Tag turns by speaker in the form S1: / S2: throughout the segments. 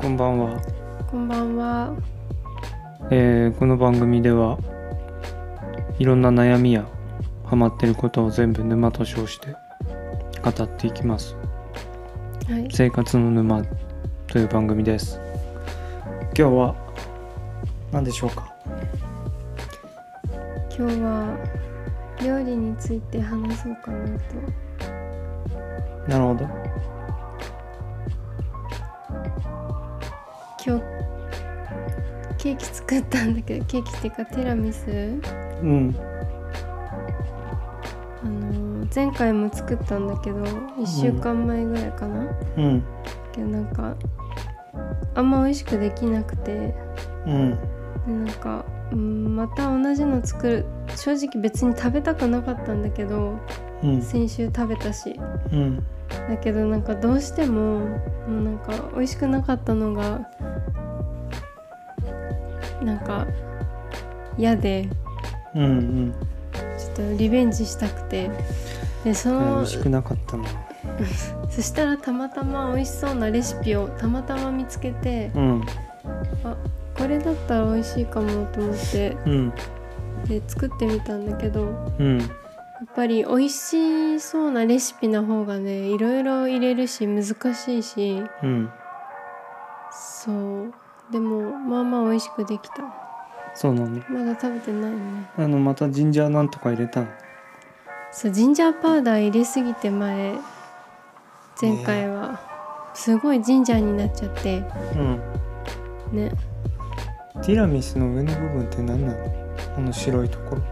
S1: こんばんは、
S2: こんばんは。
S1: えーこの番組ではいろんな悩みやハマってることを全部沼と称して語っていきます
S2: はい。
S1: 生活の沼という番組です今日は何でしょうか
S2: 今日は料理について話そうかなと。
S1: なるほど
S2: 今日ケーキ作ったんだけど、ケーキっていうかティラミス。
S1: うん
S2: あのー前回も作ったんだけど、1週間前ぐらいかな。
S1: うん
S2: けどなんかあんま美味しくできなくて、で
S1: うん
S2: なんかうんまた同じの作る。正直別に食べたくなかったんだけど
S1: うん
S2: 先週食べたし
S1: うん
S2: だけどなんかどうしてももうなんか美味しくなかったのがなんか嫌で
S1: うんうん
S2: ちょっとリベンジしたくてでそ
S1: 美
S2: の
S1: 味しくなかったな
S2: そしたらたまたま美味しそうなレシピをたまたま見つけて
S1: うん
S2: これだったら美味しいかもと思って
S1: うん
S2: で作ってみたんだけどや
S1: うん
S2: っぱり美味しそうなレシピの方がねいろいろ入れるし難しいし
S1: うん
S2: そうでもまあまあ美味しくできた。
S1: そうなの
S2: まだ食べてないね
S1: あのまたジンジャーなんとか入れたの
S2: そうジンジャーパウダー入れすぎて前前回はすごいジンジャーになっちゃって
S1: うん
S2: ね
S1: ティラミスの上の部分って何なのこの白いところ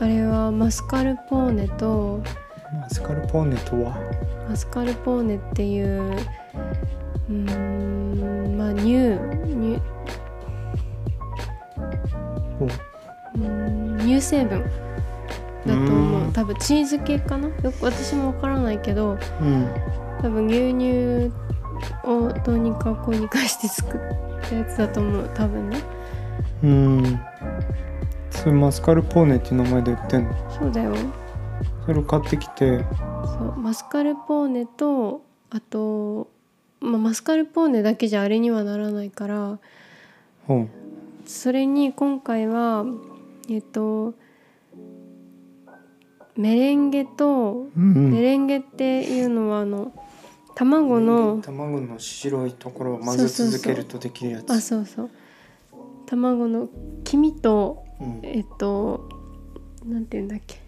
S2: あれはマスカルポーネと
S1: マスカルポーネとは
S2: マスカルポーネっていううーんまあ乳乳
S1: お
S2: うーん乳成分
S1: う
S2: だと思
S1: ん
S2: う多分チーズ系かなよく私もわからないけど
S1: うん
S2: 多分牛乳をどうにかこうにかして作ったやつだと思う多分ね
S1: うんそれマスカルポーネっていう名前で売ってんの
S2: そうだよ
S1: それを買ってきて
S2: そうマスカルポーネとあと、まあ、マスカルポーネだけじゃあれにはならないから
S1: うん
S2: それに今回はえっとメレンゲと
S1: うん
S2: メレンゲっていうのはあの卵の
S1: 卵の白いところを
S2: 混ぜ続ける
S1: とできるや
S2: あそうそう卵の黄身とえっとなんていうんだっけ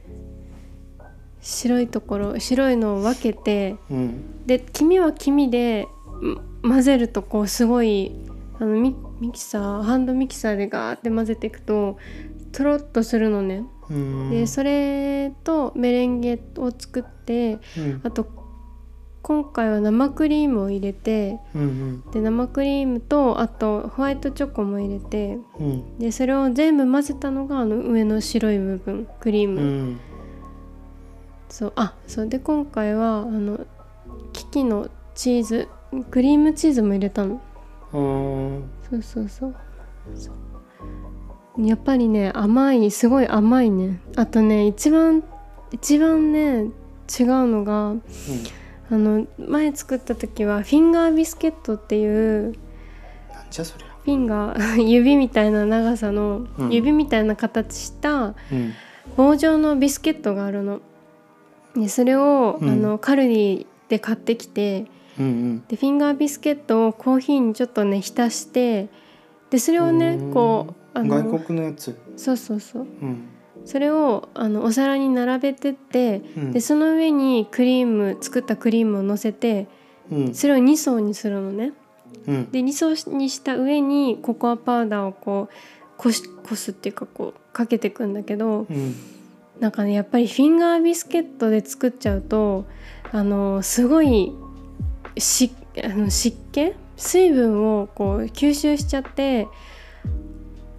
S2: 白いところ白いのを分けて
S1: うん
S2: で黄身は黄身でん混ぜるとこうすごいあのミミキサーハンドミキサーでガーって混ぜていくととろっとするのね、
S1: うん
S2: でそれとメレンゲを作って
S1: うん
S2: あと今回は生クリームを入れて
S1: うん
S2: で生クリームとあとホワイトチョコも入れて
S1: うん
S2: でそれを全部混ぜたのがあの上の白い部分クリー
S1: う
S2: ム、
S1: ん
S2: そうあそうで今回はあのキキのチーズクリームチーズも入れたの
S1: うん
S2: そうそうそうそうやっぱりね甘いすごい甘いねあとね一番一番ね違うのがあの前作った時はフィンガービスケットっていう
S1: なんじゃそりゃ
S2: フィンガー 指みたいな長さの、
S1: うん
S2: 指みたいな形した
S1: うん
S2: 棒状のビスケットがあるの。でそれを、
S1: うん
S2: あのカルディで買ってきて
S1: うん
S2: でフィンガービスケットをコーヒーにちょっとね浸してでそれをね
S1: うん
S2: こう
S1: う
S2: あ
S1: ん
S2: の
S1: 外国のやつ
S2: そうそうそう
S1: うん
S2: それをあのお皿に並べてって
S1: うん
S2: でその上にクリーム作ったクリームを乗せて
S1: うん
S2: それを2層にするのね。
S1: うん
S2: で2層にした上にココアパウダーをこうこしこすっていうかこうかけていくんだけど
S1: うん
S2: なんかねやっぱりフィンガービスケットで作っちゃうとあのすごいしあの湿気水分をこう吸収しちゃって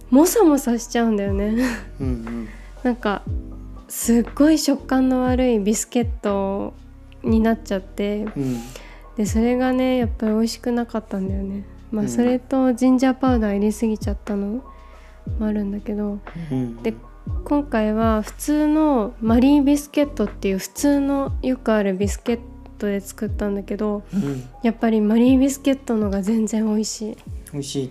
S2: もさもさしちゃうんだよね
S1: うん
S2: なんかすっごい食感の悪いビスケットになっちゃって
S1: うんうん
S2: でそれがねやっぱり美味しくなかったんだよねま
S1: う
S2: あ
S1: ん
S2: それとジンジャーパウダー入れすぎちゃったのもあるんだけど
S1: うん
S2: で今回は普通のマリービスケットっていう普通のよくあるビスケットで作ったんだけど
S1: うん、
S2: やっぱりマリービスケットのが全然美味しい
S1: 美味しい、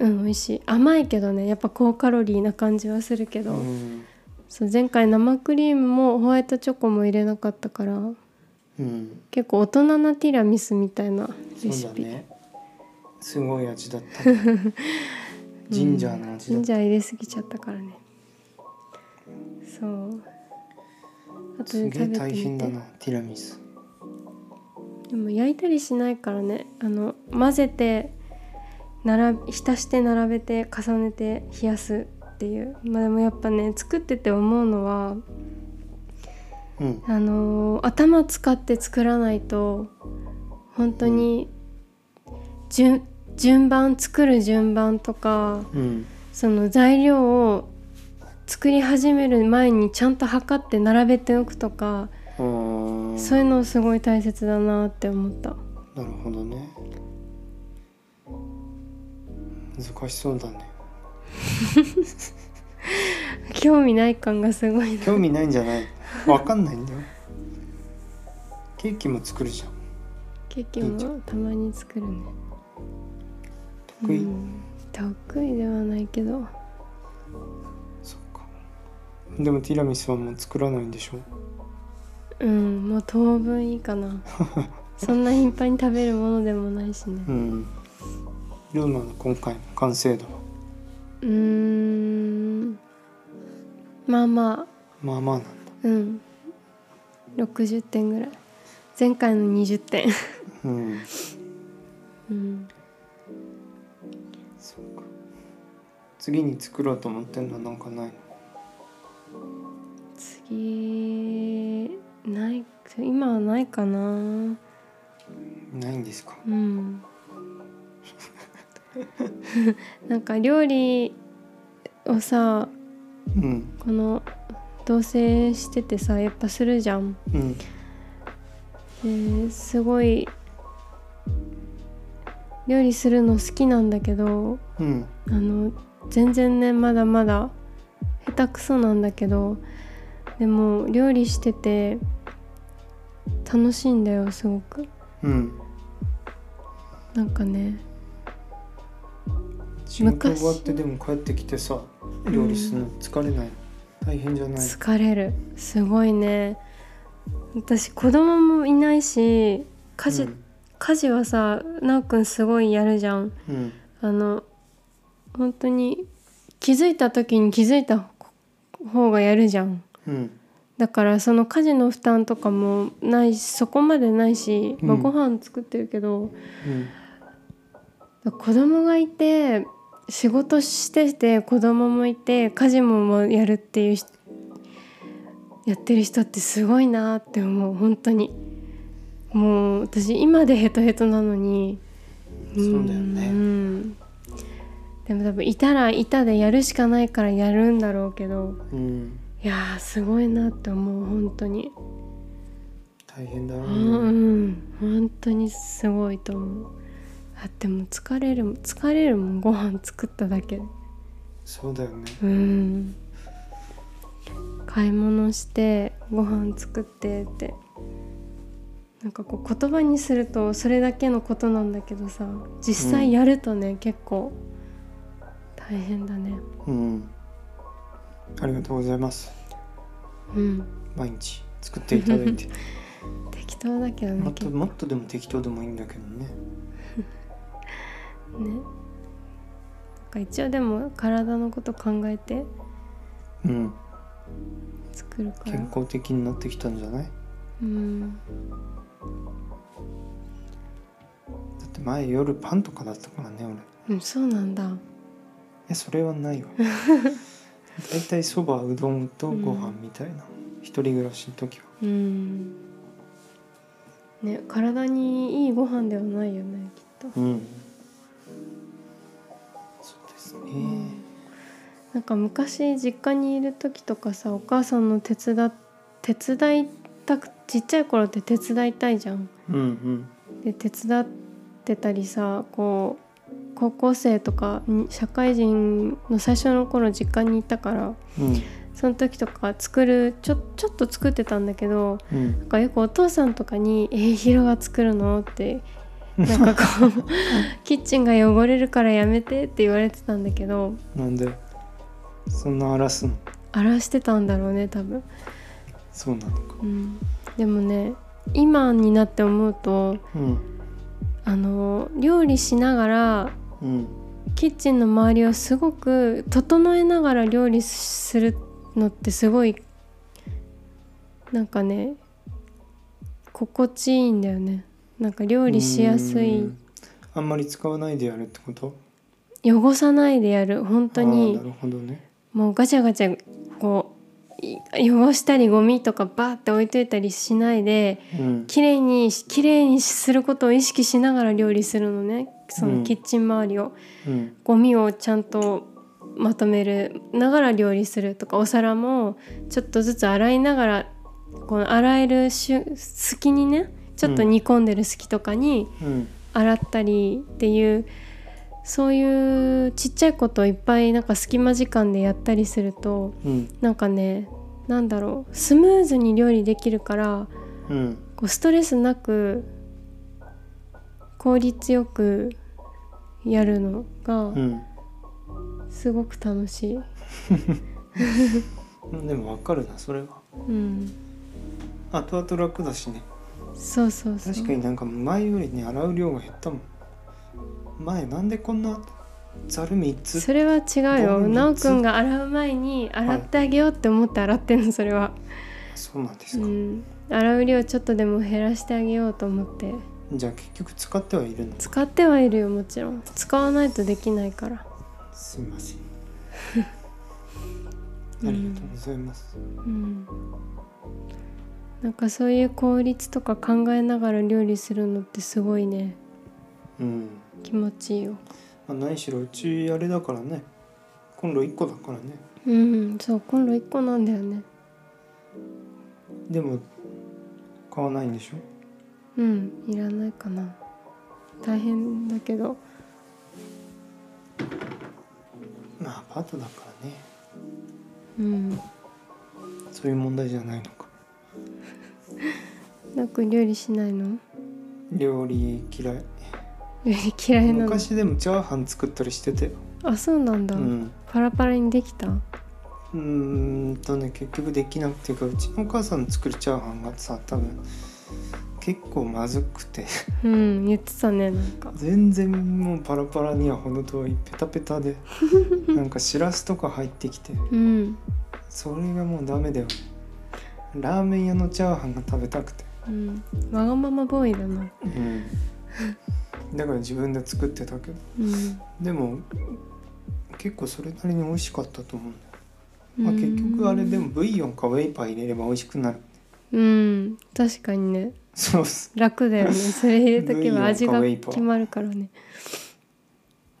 S2: うん美味しい甘いけどねやっぱ高カロリーな感じはするけ
S1: う
S2: ど、
S1: ん
S2: そう前回生クリームもホワイトチョコも入れなかったから
S1: うん、
S2: 結構大人なティラミスみたいなレシ
S1: そうだ
S2: ピ、
S1: ねすごい味だったね、 ジンジャーの味
S2: ジ
S1: だ
S2: ン
S1: っ
S2: ジャー入れすぎちゃったからねそうあ
S1: た
S2: と
S1: す
S2: で
S1: げえ
S2: 食べて
S1: 大変
S2: み
S1: だ
S2: て
S1: なティラミス
S2: でも焼いたりしないからねあの混ぜて並べ浸して並べて重ねて冷やすっていうまあでもやっぱね作ってて思うのは
S1: うん
S2: あのー頭使って作らないと本当に順,、順番作る順番とか
S1: うん
S2: その材料を作り始める前にちゃんと測って並べておくとか、
S1: あー
S2: そういうのすごい大切だなって思った
S1: なるほどね難しそうだね
S2: 興味ない感がすごいな
S1: 興味ないんじゃないわかんないんだよケーキも作るじゃん
S2: ケーキもたまに作るね
S1: 得意、
S2: うん得意ではないけど
S1: そっかでもティラミスはもう作らないんでしょ
S2: うんもう当分いいかなそんな頻繁に食べるものでもないしね
S1: うんどうなの今回の完成度は
S2: うーんまあまあ
S1: まあまあなんだ
S2: うん60点ぐらい前回の20点
S1: うん
S2: うん
S1: そっか次に作ろうと思ってんのなんかないの
S2: 次ない今はないかな
S1: ないんですか
S2: うんなんか料理をさ
S1: うん
S2: この同棲しててさやっぱするじゃん
S1: うん
S2: ですごい料理するの好きなんだけど
S1: うん
S2: あの全然ねまだまだ下手くそなんだけどでも料理してて楽しいんだよすごく
S1: うん
S2: なんかね
S1: 仕事終わってでも帰ってきてさ料理するの疲れない、大変じゃない
S2: 疲れるすごいね私子供もいないし家事、
S1: うん
S2: 家事はさなおくんすごいやるじゃん
S1: うん
S2: あの本当に気づいた時に気づいた方がやるじゃん
S1: うん
S2: だからその家事の負担とかもないしそこまでないし、まあ、
S1: うん
S2: ご飯作ってるけど、
S1: うん
S2: 子供がいて仕事してて子供もいて家事ももうやるっていう人やってる人ってすごいなって思う本当にもう私今でヘトヘトなのに
S1: そうだよね
S2: んでも多分いたらいたでやるしかないからやるんだろうけど
S1: うん
S2: いやーすごいなって思う本当に
S1: 大変だろ
S2: う
S1: うね
S2: ん本当にすごいと思うあでも疲れるもん疲れるもんご飯作っただけで
S1: そうだよね
S2: うん買い物してご飯作ってってなんかこう言葉にするとそれだけのことなんだけどさ実際やるとね、結構大変だね
S1: うんありがとうございます
S2: うん
S1: 毎日作っていただ いて
S2: 適当だけど
S1: も
S2: ね
S1: っ
S2: 結
S1: と
S2: 構
S1: もっとでも適当でもいいんだけどね
S2: ねなんか一応でも体のこと考えて
S1: うん
S2: 作るから
S1: 健康的になってきたんじゃない
S2: うん
S1: だって前夜パンとかだったからね俺
S2: うん、そうなんだ。
S1: えそれはないわ 大体そばうどんとご飯みたいな、一人暮らしの時は
S2: うん。ね、体にいいご飯ではないよね、きっと。
S1: うんそうですね
S2: なんか昔実家にいる時とかさ、お母さんの手伝っ手伝いたく、ちっちゃい頃って手伝いたいじゃん。
S1: うんうん
S2: で、手伝ってたりさ、こう。高校生とかに社会人の最初の頃実家にいたから
S1: うん
S2: その時とか作るちょちょっと作ってたんだけど
S1: うん
S2: なんかよくお父さんとかに「えー、ヒロが作るの?」ってなんかこう キッチンが汚れるからやめてって言われてたんだけど
S1: なんでそんな荒らすの
S2: 荒らしてたんだろうね多分、
S1: そうなのか
S2: うん、でもね今になって思うと
S1: うん
S2: あの料理しながら
S1: うん
S2: キッチンの周りをすごく整えながら料理するのってすごいなんかね心地いいんだよねなんか料理しやす
S1: う
S2: い
S1: んあんまり使わないでやるってこと
S2: 汚さないでやる本当
S1: あー
S2: に
S1: なるほどね
S2: もうガチャガチャこうい汚したりゴミとかバーって置いといたりしないで
S1: うん
S2: 綺麗にし綺麗にすることを意識しながら料理するのねそのキッチン周りを。
S1: うん
S2: ゴミをちゃんとまとめるながら料理するとかお皿もちょっとずつ洗いながらこの洗えるしゅ隙にねちょっと煮込んでる隙とかに
S1: うん
S2: 洗ったりっていう、そういうちっちゃいことをいっぱいなんか隙間時間でやったりすると
S1: うん
S2: なんかねなんだろうスムーズに料理できるから
S1: うん
S2: こうストレスなく効率よくやるのが、
S1: うん
S2: すごく楽しい。
S1: うんでもわかるなそれは
S2: うん。
S1: 後々楽だしね
S2: そうそうそう。
S1: 確かになんか前よりね洗う量が減ったもん前なんでこんなざる3つ
S2: それは違う
S1: ゴ
S2: よ。
S1: ミ
S2: なおくんが洗う前に洗ってあげようって思って洗ってんのそれは。
S1: そうなんで
S2: う
S1: すか、
S2: ん。洗う量ちょっとでも減らしてあげようと思って
S1: じゃあ結局使ってはいるの
S2: 使ってはいるよもちろん使わないとできないから
S1: すいませんありがとうございます、
S2: うんなんかそういう効率とか考えながら料理するのってすごいね
S1: うん
S2: 気持ちいいよ
S1: まあ、何しろうちあれだからねコンロ1個だからね
S2: うんそうコンロ1個なんだよね
S1: でも買わないんでしょ
S2: うんいらないかな大変だけど
S1: まあアパートだからね
S2: うん
S1: そういう問題じゃないのか
S2: なく料理しないの
S1: 料理嫌い
S2: 料理嫌いなの
S1: 昔でもチャーハン作ったりしてたよ
S2: あそうなんだ、
S1: うん
S2: パラパラにできた
S1: うーんとね結局できなくていうかうちのお母さんの作るチャーハンがさ多分結構まずくて
S2: うん言ってたねなんか
S1: 全然もうパラパラには程遠いペタペタ でなんかしらすとか入ってきて
S2: うん
S1: それがもうダメだよラーメン屋のチャーハンが食べたくて、
S2: うんわがままボーイだな
S1: だから自分で作ってたけど
S2: うん
S1: でも結構それなりに美味しかったと思うんだよ、まあ、結局あれでもブイヨンかウェイパー入れれば美味しくなる
S2: うん確かにね
S1: そうっす
S2: 楽だよ ねそれ入れとけば
S1: ブイ
S2: 味
S1: ヨンか
S2: が
S1: ウェイパー
S2: 決まるからね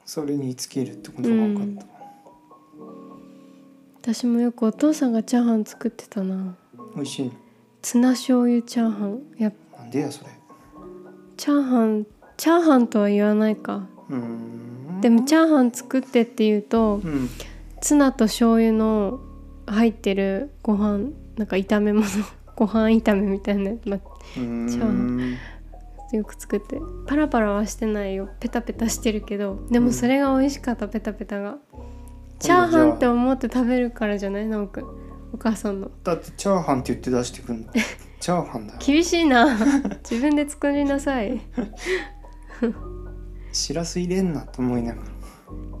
S1: それに尽きるってことが分かった、
S2: 私もよくお父さんがチャーハン作ってたな
S1: 美味しいの
S2: ツナ醤油チャーハンやっぱ
S1: なんでやそれ
S2: チャーハンチャーハンとは言わないか
S1: うーん
S2: でもチャーハン作ってって言うと、
S1: うん
S2: ツナと醤油の入ってるご飯なんか炒め物ご飯炒めみたいな、まあ、
S1: うーん
S2: チャーハンよく作ってパラパラはしてないよペタペタしてるけどでもそれが美味しかった、ペタペタがチャーハンって思って食べるからじゃないなおくんお母さんの
S1: だってチャーハンって言って出してくんだチャーハンだよ
S2: 厳し いな自分で作りなさい
S1: しらす入れんなと思いながら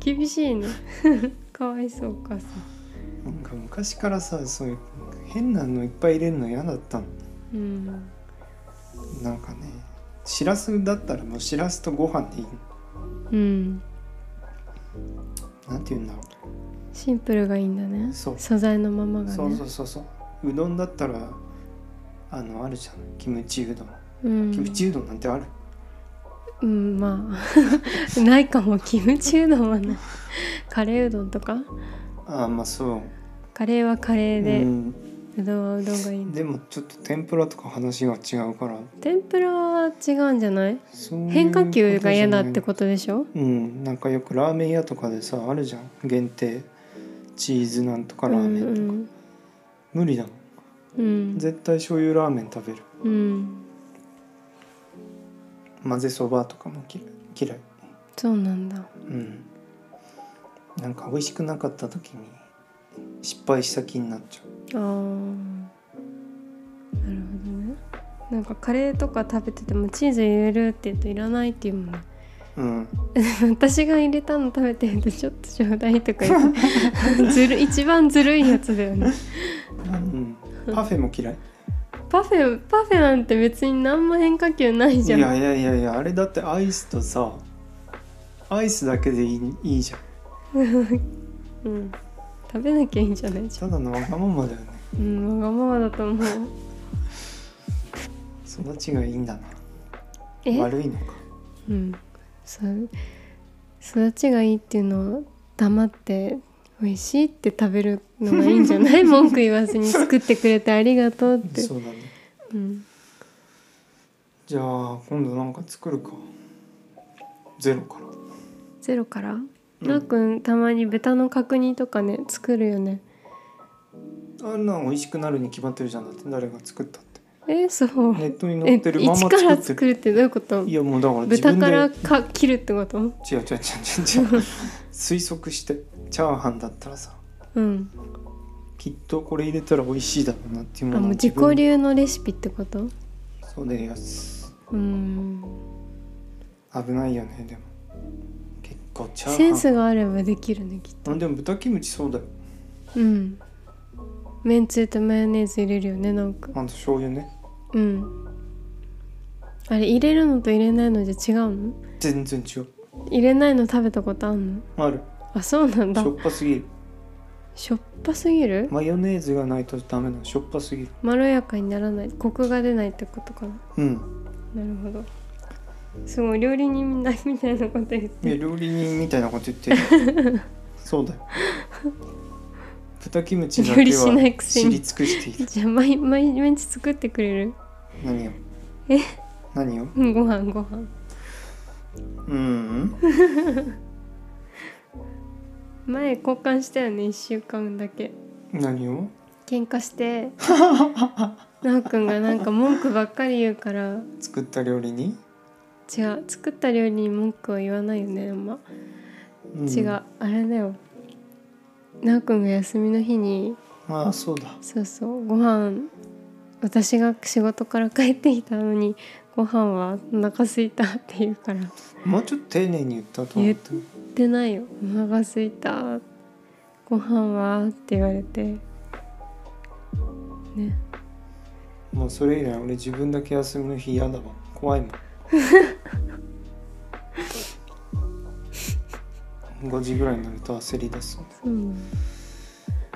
S2: 厳しいね かわいそうお母さん
S1: なんか昔からさそういう変なのいっぱい入れるの嫌だったの
S2: うん
S1: なんかねしらすだったらもうしらすとご飯でいい
S2: うん
S1: なんて言うんだろ
S2: シンプルがいいんだね
S1: そう
S2: 素材のまま
S1: う、
S2: がね
S1: そうそうそうそううどんだったらあのあるじゃんキムチうどん
S2: うん
S1: キムチうどんなんてある
S2: うんまあ ないかもキムチうどんはないカレーうどんとか
S1: ああまあそう
S2: カレーはカレーで、
S1: う
S2: うんどんはうどんがいいの
S1: でもちょっと天ぷらとか話が違うから
S2: 天ぷらは違うんじゃない
S1: そういう
S2: 変化球が嫌だって
S1: と
S2: ことでしょ
S1: じゃないうんなんかよくラーメン屋とかでさあるじゃん限定チーズなんとか
S2: う
S1: ラー
S2: ん
S1: メンとか、
S2: うん
S1: 無理だもん
S2: うん
S1: 絶対醤油ラーメン食べる
S2: うん
S1: 混ぜそばとかもき嫌い
S2: そうなんだ
S1: うんなんか美味しくなかった時に失敗した気になっちゃ
S2: あーなるほどねなんかカレーとか食べててもチーズ入れるって言うといらないっていうもんね
S1: ううん
S2: 私が入れたの食べてるとちょっとちょうだいとか言って ずる一番ずるいやつだよね
S1: うん、パフェも嫌い
S2: パフェパフェなんて別に何も変化球ない
S1: い
S2: じゃん
S1: やいやいやいやあれだってアイスとさアイスだけでいいいいじゃん
S2: うん、食べなきゃいいんじゃないじゃ
S1: ただのわがままだよね
S2: んうんわがままだと思う
S1: 育ちがいいんだな
S2: え
S1: 悪いのか
S2: うんそう育ちがいいっていうのを黙って美味しいって食べるのがいいんじゃな い文句言わずに作ってくれてありがとうって
S1: そうだね
S2: うん、
S1: じゃあ今度なんか作るかゼロから
S2: ゼロから、なっくんたまに豚の角煮とかね作るよね
S1: あんなん美味しくなるに決まってるじゃんだって誰が作ったって
S2: えそう
S1: ネットに載
S2: え
S1: ってるまま
S2: 一
S1: 作
S2: から
S1: って
S2: 作
S1: る
S2: るってどういうこと
S1: いやもうだから自
S2: 豚
S1: 分で
S2: から
S1: 違
S2: か切るってこと
S1: う違う違う違う違う推測してチャーハンだったらさ
S2: うん
S1: きっとこれ入れたら美味しいだろうなっていうも
S2: あ
S1: の
S2: も
S1: を
S2: う自
S1: 分で
S2: 己流のレシピってこと
S1: そうです
S2: うん
S1: 危ないよねでも結構チャーハン
S2: センスがあればできるねきっ
S1: あでも豚キムチそうだよ
S2: とうんめんつゆとマヨネーズ入れるよねなんか
S1: あと醤油ね
S2: うんあれ入れるのと入れないのじゃ違うの
S1: 全然違う
S2: 入れないの食べたことあんの
S1: ある
S2: あそうなんだ
S1: しょっぱすぎる
S2: しょっぱすぎる
S1: マヨネーズがないとダメなのしょっぱすぎる
S2: まろやかにならないコクが出ないってことかな
S1: うん
S2: なるほどすごい料理人みたいみたいなこと言っ
S1: いや
S2: て
S1: 料理人みたいなこと言ってる そうだよ豚キムチだけ
S2: 料理しない
S1: は
S2: くせ
S1: 知
S2: に
S1: り尽くしている
S2: じゃあ毎毎日作ってくれる
S1: 何を
S2: え
S1: 何を
S2: うんご飯ご飯
S1: うん
S2: 前交換したよね1週間だけ
S1: 何を
S2: 喧嘩して なおくんがなんか文句ばっかり言うから
S1: 作った料理に、
S2: 違う作った料理に文句を言わないよねあんま
S1: うん
S2: 違う、あれだよなおくんが休みの日に
S1: ああそうだ
S2: そうそうご飯私が仕事から帰ってきたのにご飯はお腹すいたって言うから
S1: もうちょっと丁寧に言ったと思って
S2: 言ってないよお腹すいたご飯はって言われてね
S1: もうそれ以来俺自分だけ休みの日嫌だわ怖 いもん5時ぐらいになると焦り出すんだ
S2: そうなの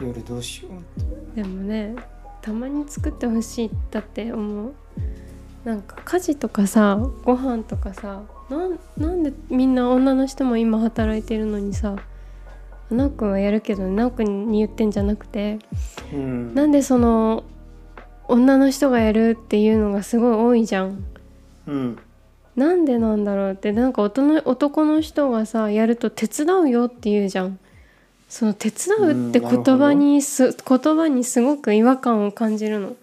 S1: 夜どうしようって
S2: でもねたまに作ってほしいだって思うなんか家事とかさご飯とかさなんなんでみんな女の人も今働いてるのにさなおくんはやるけどなおくんに言ってんじゃなくて
S1: うん
S2: なんでその女の人がやるっていうのがすごい多いじゃん。
S1: うん
S2: なんでなんだろうってなんか大人男の人がさやると手伝うよって言うじゃんその手伝うって
S1: うんなるほど
S2: 言葉にす言葉にすごく違和感を感じるの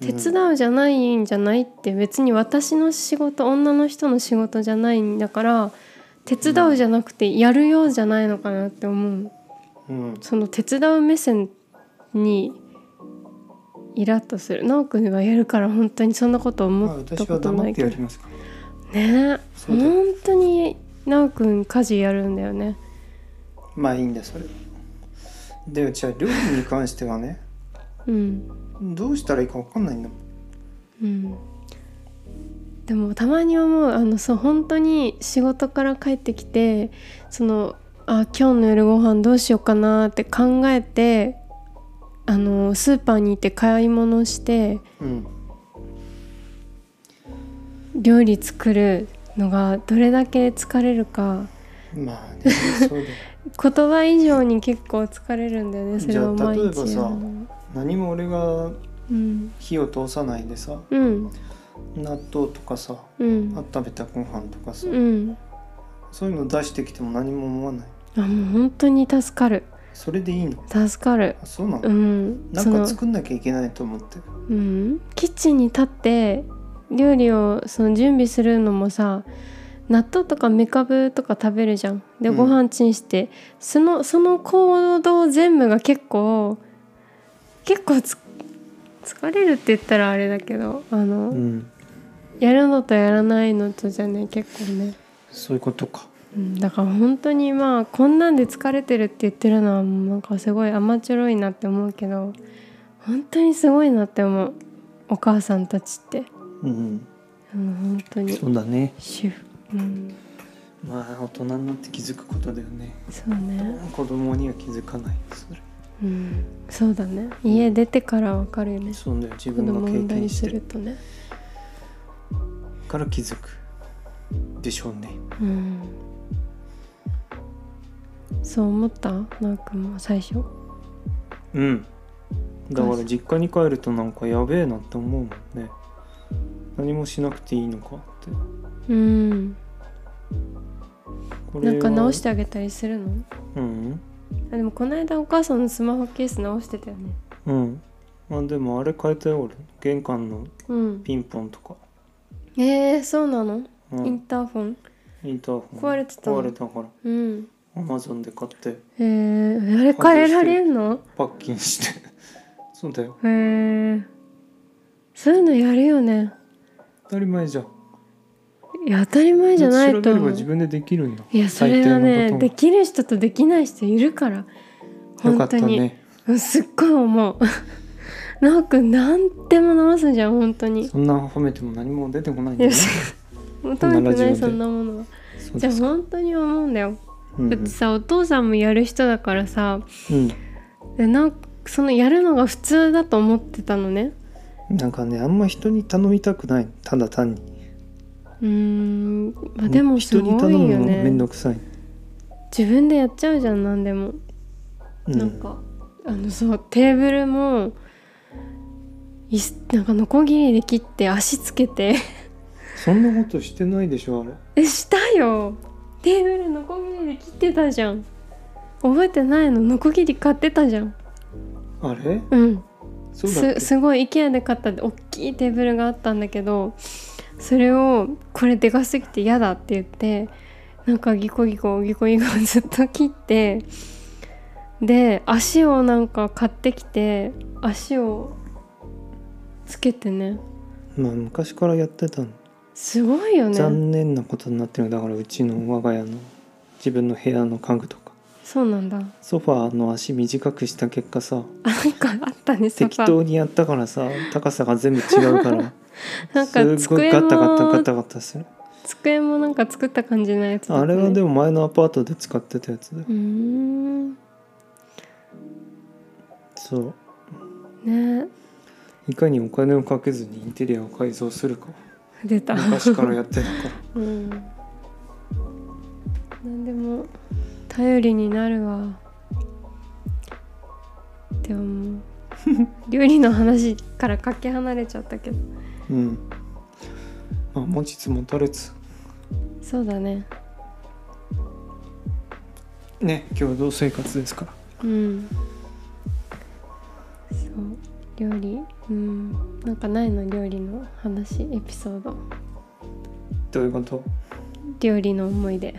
S2: 手伝うじゃないんじゃないって別に私の仕事女の人の仕事じゃないんだから手伝うじゃなくてやるようじゃないのかなって思う
S1: うん
S2: その手伝う目線にイラッとする直くんはやるから本当にそんなこと
S1: まあ
S2: 思った
S1: 私
S2: こ
S1: は
S2: とな
S1: 黙っ
S2: い
S1: て
S2: け
S1: や
S2: ど
S1: りますか
S2: ねえ
S1: そうだよ
S2: 本当になおくん家事やるんだよね
S1: らまあいいんだよそれでじゃあ料理に関してはね
S2: うん
S1: どうしたらいいか分かんないんだもん
S2: うんでもたまに思うあのそう本当に仕事から帰ってきてそのあ今日の夜ご飯どうしようかなって考えてあのスーパーに行って買い物して
S1: うん
S2: 料理作るのがどれだけ疲れるか
S1: ま あねそうだよ
S2: 言葉以上に結構疲れるんだよねそれを
S1: じゃあ
S2: 毎
S1: 例えば
S2: 日やるの
S1: さ何も俺が
S2: うん
S1: 火を通さないでさ
S2: うん
S1: 納豆とかさ
S2: うん
S1: あ食べたご飯とかさ、
S2: うん
S1: そういうの出してきても何も思わない
S2: あもう本当に助かる
S1: それでいいの
S2: 助かる
S1: あそうなの、
S2: うん
S1: なんか作んなきゃいけないと思ってる
S2: うん、キッチンに立って料理をその準備するのもさ納豆とかめかぶとか食べるじゃんで
S1: うん
S2: ご飯チンして、そのその行動全部が結構結構つ疲れるって言ったらあれだけどあの、
S3: うん
S2: やるのとやらないのとじゃね結構ね、
S3: そういうことか
S2: うん、だから本当にまあこんなんで疲れてるって言ってるのはもうなんかすごい甘ちょろいなって思うけど本当にすごいなって思うお母さんたちって、
S1: うん
S2: うん、本当に
S3: そうだね
S2: 主婦うん
S1: まあ大人になって気づくことだよね
S2: そうね
S1: 子供には気づかないそれ
S2: うんそうだね家出てからわかるよね
S1: そうだよ自
S2: 子
S1: 分
S2: 供
S1: が
S2: 産
S1: 経
S2: んだ
S1: 験
S2: り
S1: し
S2: す
S1: て
S2: る
S1: る
S2: とね
S1: から気づくでしょうね
S2: うんそう思ったなーくんも最初
S1: うんだから実家に帰るとなんかやべえなって思うもんね何もしなくていいのかって
S2: うん
S1: こ
S2: なんか直しててあげたりするの
S1: うん
S2: あでもこの間お母さんのスマホケース直してたよね
S1: うんまあでもあれ変えたよ俺玄関の
S2: うん
S1: ピンポンとか、
S2: えー、そうなの、
S1: う
S2: イン
S1: ん、
S2: ターフォン
S1: インターホン
S2: 壊れてたの
S1: 壊れたから
S2: うん
S1: アマゾンで買って
S2: えー、あれ変えられんの
S1: パッキンして そうだよ
S2: へえー、そういうのやるよね
S1: 当たり前じゃん
S2: いや当たり前じゃないと
S1: 調べれ
S2: 思
S1: ば
S2: う
S1: 自分でできるんだ
S2: いやそれはねできる人とできない人いるから
S1: よか
S2: 本
S1: っ
S2: 当
S1: た
S2: に、
S1: ね
S2: うんすっごい思う なおくん何でも直すじゃん本当に
S1: そんな褒めても何も出てこないん
S2: い
S1: だ
S2: や
S1: ね
S2: もう食べ
S1: こんなラ
S2: て
S1: ジオで
S2: ないそんなものは
S1: そう
S2: じ
S1: で
S2: ゃあ
S1: すか
S2: 本当に思うんだよ
S1: うん
S2: だ
S1: う
S2: って
S1: ん
S2: さお父さんもやる人だからさ
S1: うん
S2: でなんそのやるのが普通だと思ってたのね
S1: なんかねあんま人に頼みたくないただ単に、
S2: うーん、まあ、でもす
S1: 人
S2: ご
S1: に頼
S2: い
S1: む
S2: よ
S1: のがめんど
S2: ね
S1: くさい、
S2: 自分でやっちゃうじゃん何でも、
S1: うん、
S2: なんかあのそうテーブルも椅子なんかノコギリで切って足つけて
S1: そんなことしてないでしょあれ
S2: えしたよテーブルノコギリで切ってたじゃん覚えてないのノコギリ買ってたじゃん
S1: あれ
S2: うん
S1: そうだっ
S2: す
S1: け
S2: すごい IKEA で買った大きいテーブルがあったんだけどそれをこれでかすぎて嫌だって言ってなんかギコギコギコギコずっと切ってで足をなんか買ってきて足をつけてね
S1: まあ昔からやってたの、
S2: すごいよね
S1: 残念なことになってるだからうちの我が家の自分の部屋の家具とか
S2: そうなんだあ
S1: ソファーの足短くした結果さ
S2: なんかあったねソフ
S1: 適
S2: ァー
S1: 当にやったからさ高さが全部違うから
S2: なんか
S1: すっごい
S2: 机
S1: ガタガタガ
S2: も
S1: タガタする
S2: 机もなんか作った感じのやつだ
S1: あれはで
S2: も
S1: も前のアパートで使ってたやつだよ
S2: うーん
S1: そう
S2: ね
S1: いかにお金をかけずにインテリアを改造するか
S2: 出た
S1: 昔からやってるか
S2: うん。何でも頼りになるわ。でも 料理の話からかけ離れちゃったけど。
S1: らうんまあ持ちつ持たれつ
S2: そうだね。
S1: ね共同生活ですから
S2: うん。そう料理。うん。なんかないの料理の話エピソード。
S1: どういうこと
S2: 料理の思い出。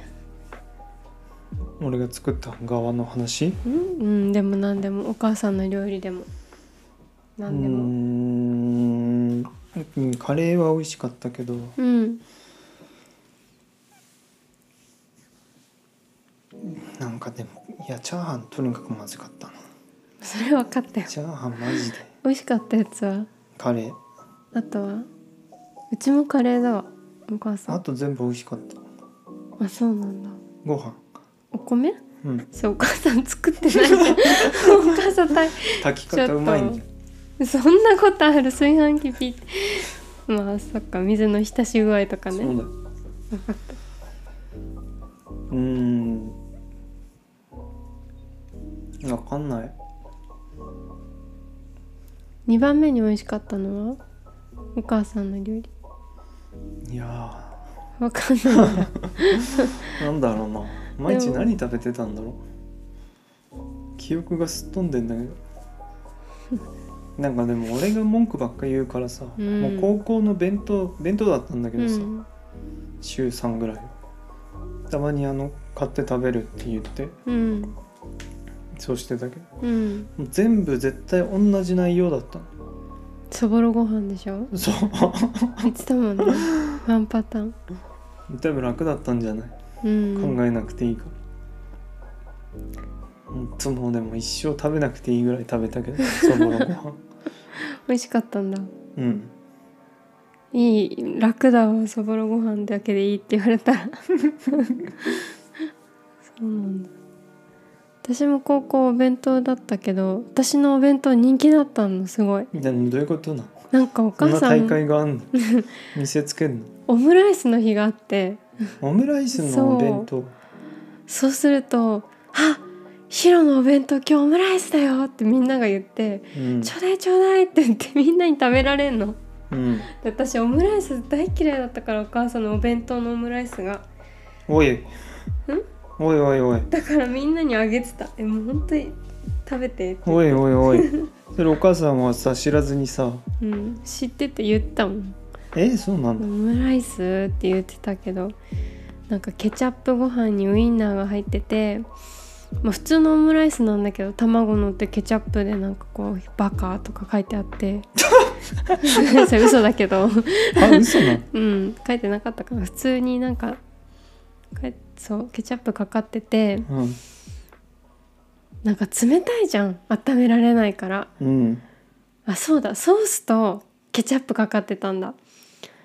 S1: 俺が作った側の話
S2: うん。うんでも何でもお母さんの料理でも何でも。
S1: うーんうんカレーは美味しかったけど
S2: うん。
S1: なんかでもいやチャーハンとにかくまずかったな
S2: それ分かったよ。
S1: チャーハンマジで
S2: 美味しかったやつは。
S1: カレー
S2: あとはうちもカレーだわお母さ
S1: あ
S2: ん
S1: と全部美味しかった
S2: あそうなんだ
S1: ご飯
S2: お米
S1: うん
S2: そうお母さん作ってないじ ゃんお母さん大
S1: 炊き方うまいん
S2: ち
S1: だ
S2: ょそんなことある炊飯器ピッまあそっか水の浸し具合とか
S1: そ
S2: ね
S1: うだ うーんわかんない
S2: 2番目に美味しかったのはお母さんの料理
S1: いや
S2: わかんないん
S1: ー
S2: だ
S1: なんだろうな毎日何食べてたんだろう記憶がすっ飛んでんだけど なんかでも俺が文句ばっか言うからさ、
S2: うん
S1: もう高校の弁当弁当だったんだけ
S2: う
S1: どさ、
S2: ん
S1: 週3ぐらいたまにあの買って食べるって言って
S2: うん
S1: そうしてたけども
S2: うん
S1: う全部絶対同じ内容だったの
S2: そぼろご飯でしょ
S1: そう
S2: 言って たもんねワンパターン
S1: 多分楽だったんじゃない
S2: うん
S1: 考えなくていいから、ほんともうでも一生食べなくていいぐらい食べたけどそぼろご 飯
S2: 美味しかったんだ
S1: うん
S2: いい楽だわそぼろご飯だけでいいって言われたらそうなんだ私も高校お弁当だったけど私のお弁当人気だったのすごい
S1: でもどういうことなの
S2: なんかお
S1: そん
S2: 母
S1: な
S2: さ
S1: 大
S2: ん
S1: 会があんの見せつけ るの
S2: オムライスの日があって
S1: オムライスのお弁当
S2: そうすると「あヒロのお弁当今日オムライスだよ」ってみんなが言って
S1: うん
S2: 「ちょうだいちょうだい」って言ってみんなに食べられんの
S1: うん
S2: で私オムライス大嫌いだったからお母さんのお弁当のオムライスが
S1: おいおいおいおい
S2: だからみんなにあげてたえもう本当に食べてって
S1: おいおいお いそれお母さんはさ知らずにさ
S2: うん、知ってて言ったもん
S1: えそうな
S2: オ
S1: ん だ
S2: ムライスって言ってたけどなんかケチャップご飯にウインナーが入ってて、まあ、普通のオムライスなんだけど卵乗ってケチャップでなんかこう「バカ」とか書いてあってそれ嘘だけど
S1: あ嘘なの
S2: うん書いてなかったかな普通になんかかいそうケチャップかかってて
S1: うん
S2: なんか冷たいじゃん温められないから
S1: うん
S2: あそうだソースとケチャップかかってたんだ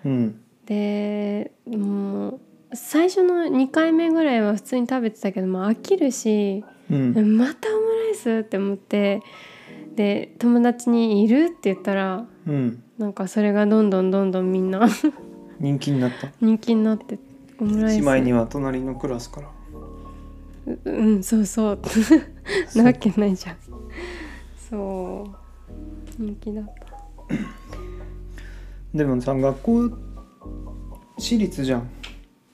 S1: うん
S2: でもう最初の2回目ぐらいは普通に食べてたけどもう飽きるし
S1: うん
S2: またオムライスって思ってで友達に「いる?」って言ったら
S1: うん
S2: なんかそれがどんどんどんどんみんな
S1: 人気になった
S2: 人気になってオムライス
S1: 姉妹には隣のクラスから
S2: ううんそうそう なわけないじゃんそう人気だった
S1: でもさ学校私立じゃん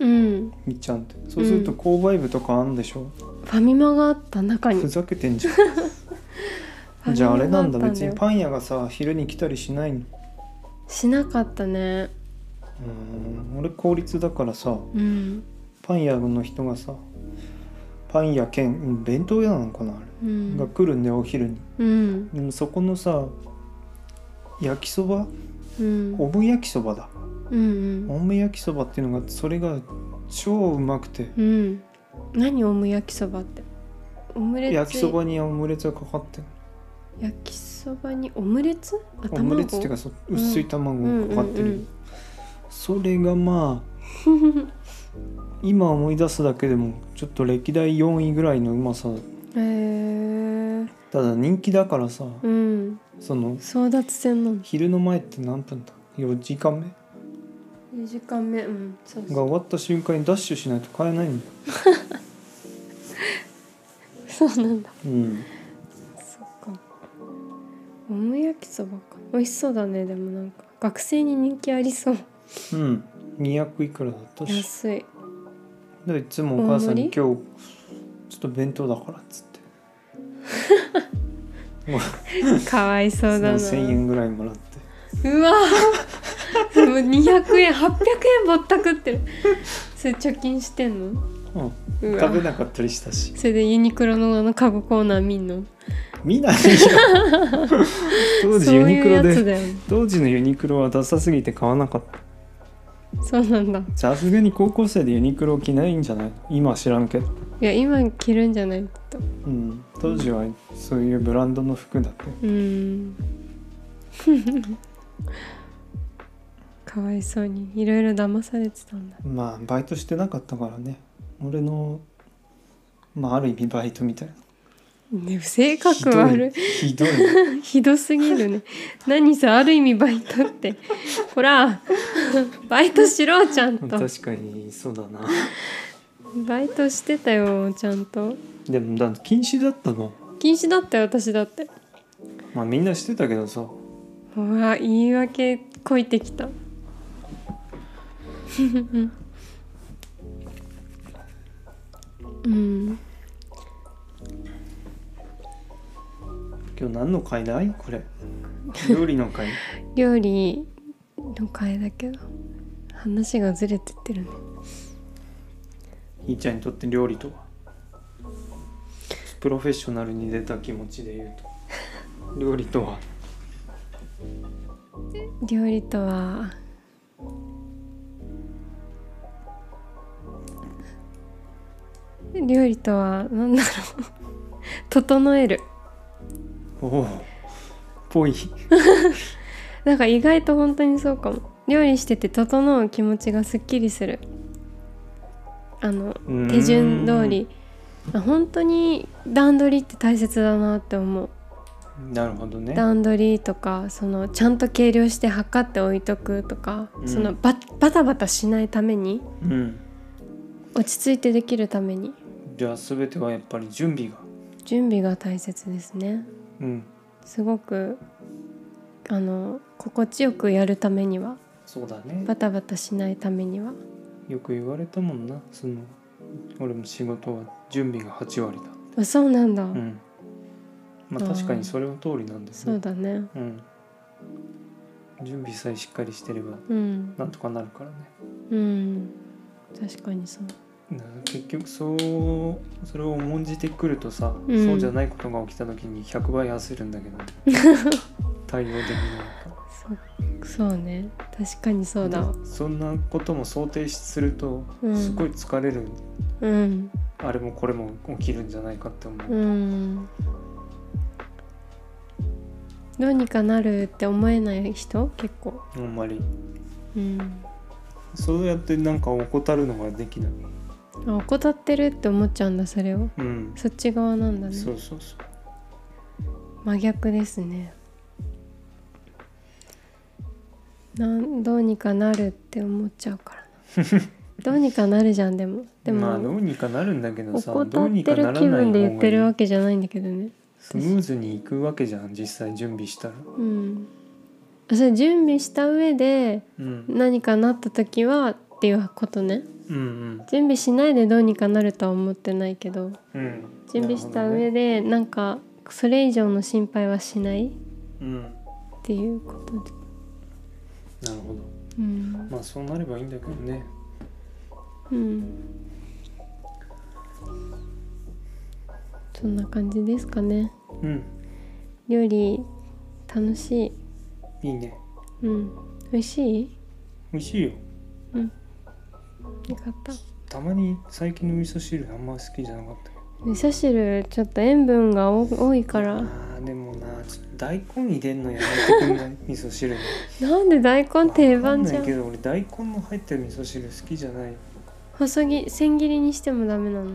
S2: うんフ
S1: みっちゃんってそうすると購買部とかあんでしょ、
S2: ァミマがあった中に
S1: ふざけてんじゃ
S2: ファミマがあった
S1: ん
S2: ん
S1: じゃああれなんだ別
S2: よ
S1: にパン屋がさ昼に来たりしないの
S2: しなかったね
S1: うん俺公立だからさ
S2: うん
S1: パン屋の人がさパン屋兼うん弁当屋なのかなあれ、
S2: うん
S1: が来るんだよお昼に
S2: うん
S1: でもそこのさ焼きそば
S2: うん
S1: オム焼きそばだ
S2: うん
S1: オム焼きそばっていうのがそれが超うまくて
S2: うんうん何オム焼きそばってオムレツ
S1: 焼きそばにオムレツがかかってる
S2: 焼きそばにオムレツあ
S1: オムレツっていうかそう薄い卵がかかってる、
S2: うんうんうん
S1: それがまあ 今思い出すだけでもちょっと歴代4位ぐらいのうまさだ
S2: へえ
S1: ただ人気だからさ、
S2: うん
S1: その
S2: 争奪戦なの
S1: 昼の前って何分だ4時間目
S2: 2時間目うんそう
S1: が
S2: そう
S1: 終わった瞬間にダッシュしないと買えないんだよ
S2: そうなんだ
S1: うん
S2: そっかオム焼きそばか美味しそうだねでもなんか学生に人気ありそう
S1: うん200いくらだったし
S2: 安い
S1: だからいつもお母さんに「今日
S2: 大盛り
S1: ちょっと弁当だから」っつって
S2: かわいそうだな
S1: その1,000円ぐらいもらって
S2: うわーでも200円800円ぼったくってるそれ貯金してんの
S1: うん
S2: うわ
S1: 食べなかったりしたし
S2: それでユニクロのあのカゴコーナー見んの
S1: 見 ないよ当時
S2: そう
S1: ユニク
S2: いう
S1: ロで
S2: やつだよね
S1: 当時のユニクロはダサすぎて買わなかった
S2: そうなんだ
S1: さすがに高校生でユニクロ着ないんじゃない今は知らんけど、
S2: いや今着るんじゃないきっと
S1: うん、当時はそういうブランドの服だって
S2: うーん かわいそうにいろいろ騙されてたんだ
S1: まあバイトしてなかったからね俺のまあある意味バイトみたいな
S2: ね性格悪い
S1: ひどい
S2: ひどすぎるね何さある意味バイトってほらバイトしろちゃんと
S1: 確かにそうだな
S2: バイトしてたよちゃんと
S1: でもだ禁止だったの
S2: 禁止だったよ私だって
S1: まあみんなしてたけどさ
S2: うわ言い訳こいてきた うん
S1: 今日何の回だいこ れ料理の回
S2: 料理の会だけど話がずれてってるね
S1: ひーちゃんにとって料理とはプロフェッショナルに出た気持ちで言うと料理とは
S2: 料理とは料理とは何だろう 整える
S1: おおぽ い
S2: なんか意外と本当にそうかも料理してて整う気持ちがすっきりするあの手順通りあ本当に段取りって大切だなって思う
S1: うんなるほどね
S2: 段取りとかそのちゃんと計量して測って置いとくとか、
S1: うん
S2: そのババタバタしないために
S1: うん
S2: 落ち着いてできるために
S1: じゃあ全てはやっぱり準備が
S2: 準備が大切ですね
S1: うん
S2: すごくあの心地よくやるためには
S1: そうだね
S2: バタバタしないためには
S1: よく言われたもんなその俺も仕事は準備が8割だ
S2: あそうなんだ、
S1: うんまあ
S2: あー
S1: 確かにそれは通りなんです
S2: そう
S1: ね
S2: だね
S1: うん準備さえしっかりしてれば
S2: うん
S1: なんとかなるからね
S2: うん確かにそう
S1: だから結局そうそれを重んじてくるとさ、
S2: うん
S1: そうじゃないことが起きた時に100倍焦るんだ けど対応できないから
S2: そうそうね確かにそうだわ
S1: そんなことも想定すると、
S2: うん
S1: すごい疲れる
S2: うん
S1: あれもこれも起きるんじゃないかって思う、
S2: うんどうにかなるって思えない人結構
S1: あんまり
S2: うん
S1: そうやってなんか怠るのができない
S2: あ怠ってるって思っちゃうんだそれを
S1: うん、
S2: そっち側なんだね
S1: そうそうそう
S2: 真逆ですねなんどうにかなるって思っちゃうからな どうにかなるじゃんでもでも、
S1: まあどうにかなるんだけどさど
S2: 怠
S1: うに
S2: って
S1: かならな
S2: る
S1: い
S2: 気分で言ってる
S1: 方がい
S2: わ
S1: い
S2: けじゃないんだけどね
S1: スムーズにいくわけじゃん実際準備したら
S2: うんあそれ準備した上で
S1: うん
S2: 何かなった時はっていうことね
S1: うんうん
S2: 準備しないでどうにかなるとは思ってないけど
S1: うん
S2: 準備した
S1: なる
S2: 上でなんかそれ以上の心配はしないっ
S1: ほどねうん
S2: ていうことで、
S1: なるほど
S2: うん
S1: まあそうなればいいんだけどね
S2: うん、そんな感じですかね
S1: うん
S2: 料理楽しい、
S1: いいね
S2: うん、美味しい
S1: 美味しいよ
S2: よかった
S1: たまに最近の味噌汁あんま好きじゃなかったけど
S2: 味噌汁ちょっと塩分が多多いから
S1: あーでもなちょっと大根入れんのやめてくんない味噌汁に
S2: なんで大根定番じゃ
S1: わかんないけ
S2: ん
S1: ど俺大根の入ってる味噌汁好きじゃない
S2: 細切り千切りにしてもダメなの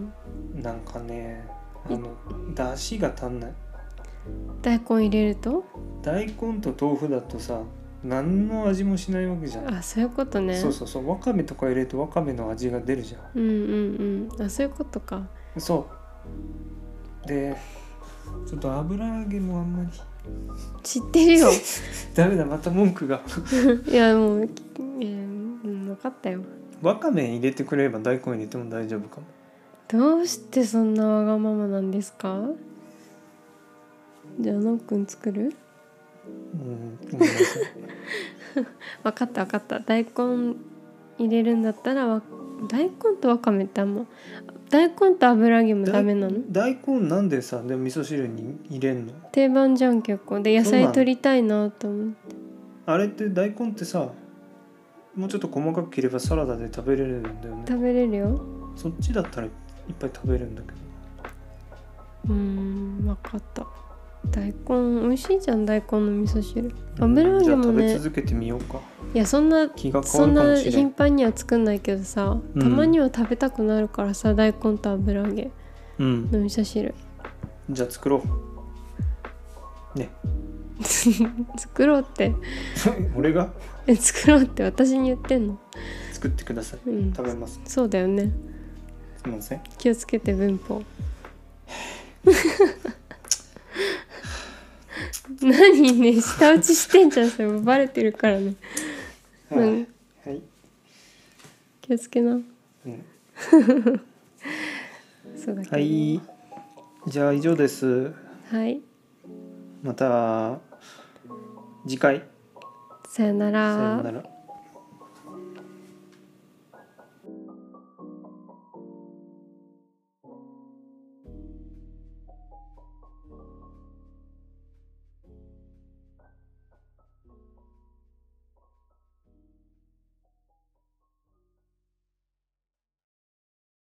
S1: なんかねあの出汁が足んない
S2: 大根入れると
S1: 大根と豆腐だとさ何の味もしないわけじゃん、
S2: あそういうことね
S1: そうそうそうわかめとか入れるとわかめの味が出るじゃ
S2: うんうんうんあそういうことか
S1: んそうでちょっと油揚げもあんまり
S2: 知ってる よ
S1: ダメだまた文句が
S2: いやもう、えーうん、分かったよ
S1: わかめ入れてくれれば大根入れても大丈夫かも
S2: どうしてそんなわがままなんですかじゃあのっくん作る
S1: うんごめんなさい
S2: 分かった分かった大根入れるんだったらわ大根とわかめってあんま大根と油揚げも ダメなの
S1: 大根なんでさでも味噌汁に入れんの
S2: 定番じゃん結構で野
S1: そうな
S2: 菜
S1: の
S2: 取りたいなと思う
S1: あれって大根ってさもうちょっと細かく切ればサラダで食べれるんだよね
S2: 食べれるよ
S1: そっちだったらいっぱい食べるんだけど
S2: うーん分かった大根美味しいじゃん大根の味噌汁油揚げも
S1: じゃあ食べ
S2: ね
S1: 続けてみようか
S2: いやそんな
S1: 気が変
S2: そ
S1: わる
S2: ん
S1: かも
S2: な
S1: しれ
S2: 頻
S1: ん
S2: 繁には作んないけどさ、
S1: うん
S2: たまには食べたくなるからさ大根と油揚げ
S1: うん
S2: の味噌汁
S1: じゃあ作ろうね
S2: 作ろうって
S1: 俺が
S2: え作ろうって私に言ってんの
S1: 作ってください
S2: うん
S1: 食べます
S2: そうだよね
S1: すいません
S2: 気をつけて文法何ね舌打ちしてんじゃんそれもバレてるからねう
S1: はい
S2: ん
S1: はい、
S2: 気をつけな
S1: うん
S2: そうだけど
S1: はいじゃあ以上です
S2: はい
S1: また次回
S2: さよ
S1: さ
S2: な
S1: よ
S2: ら
S1: うな。ら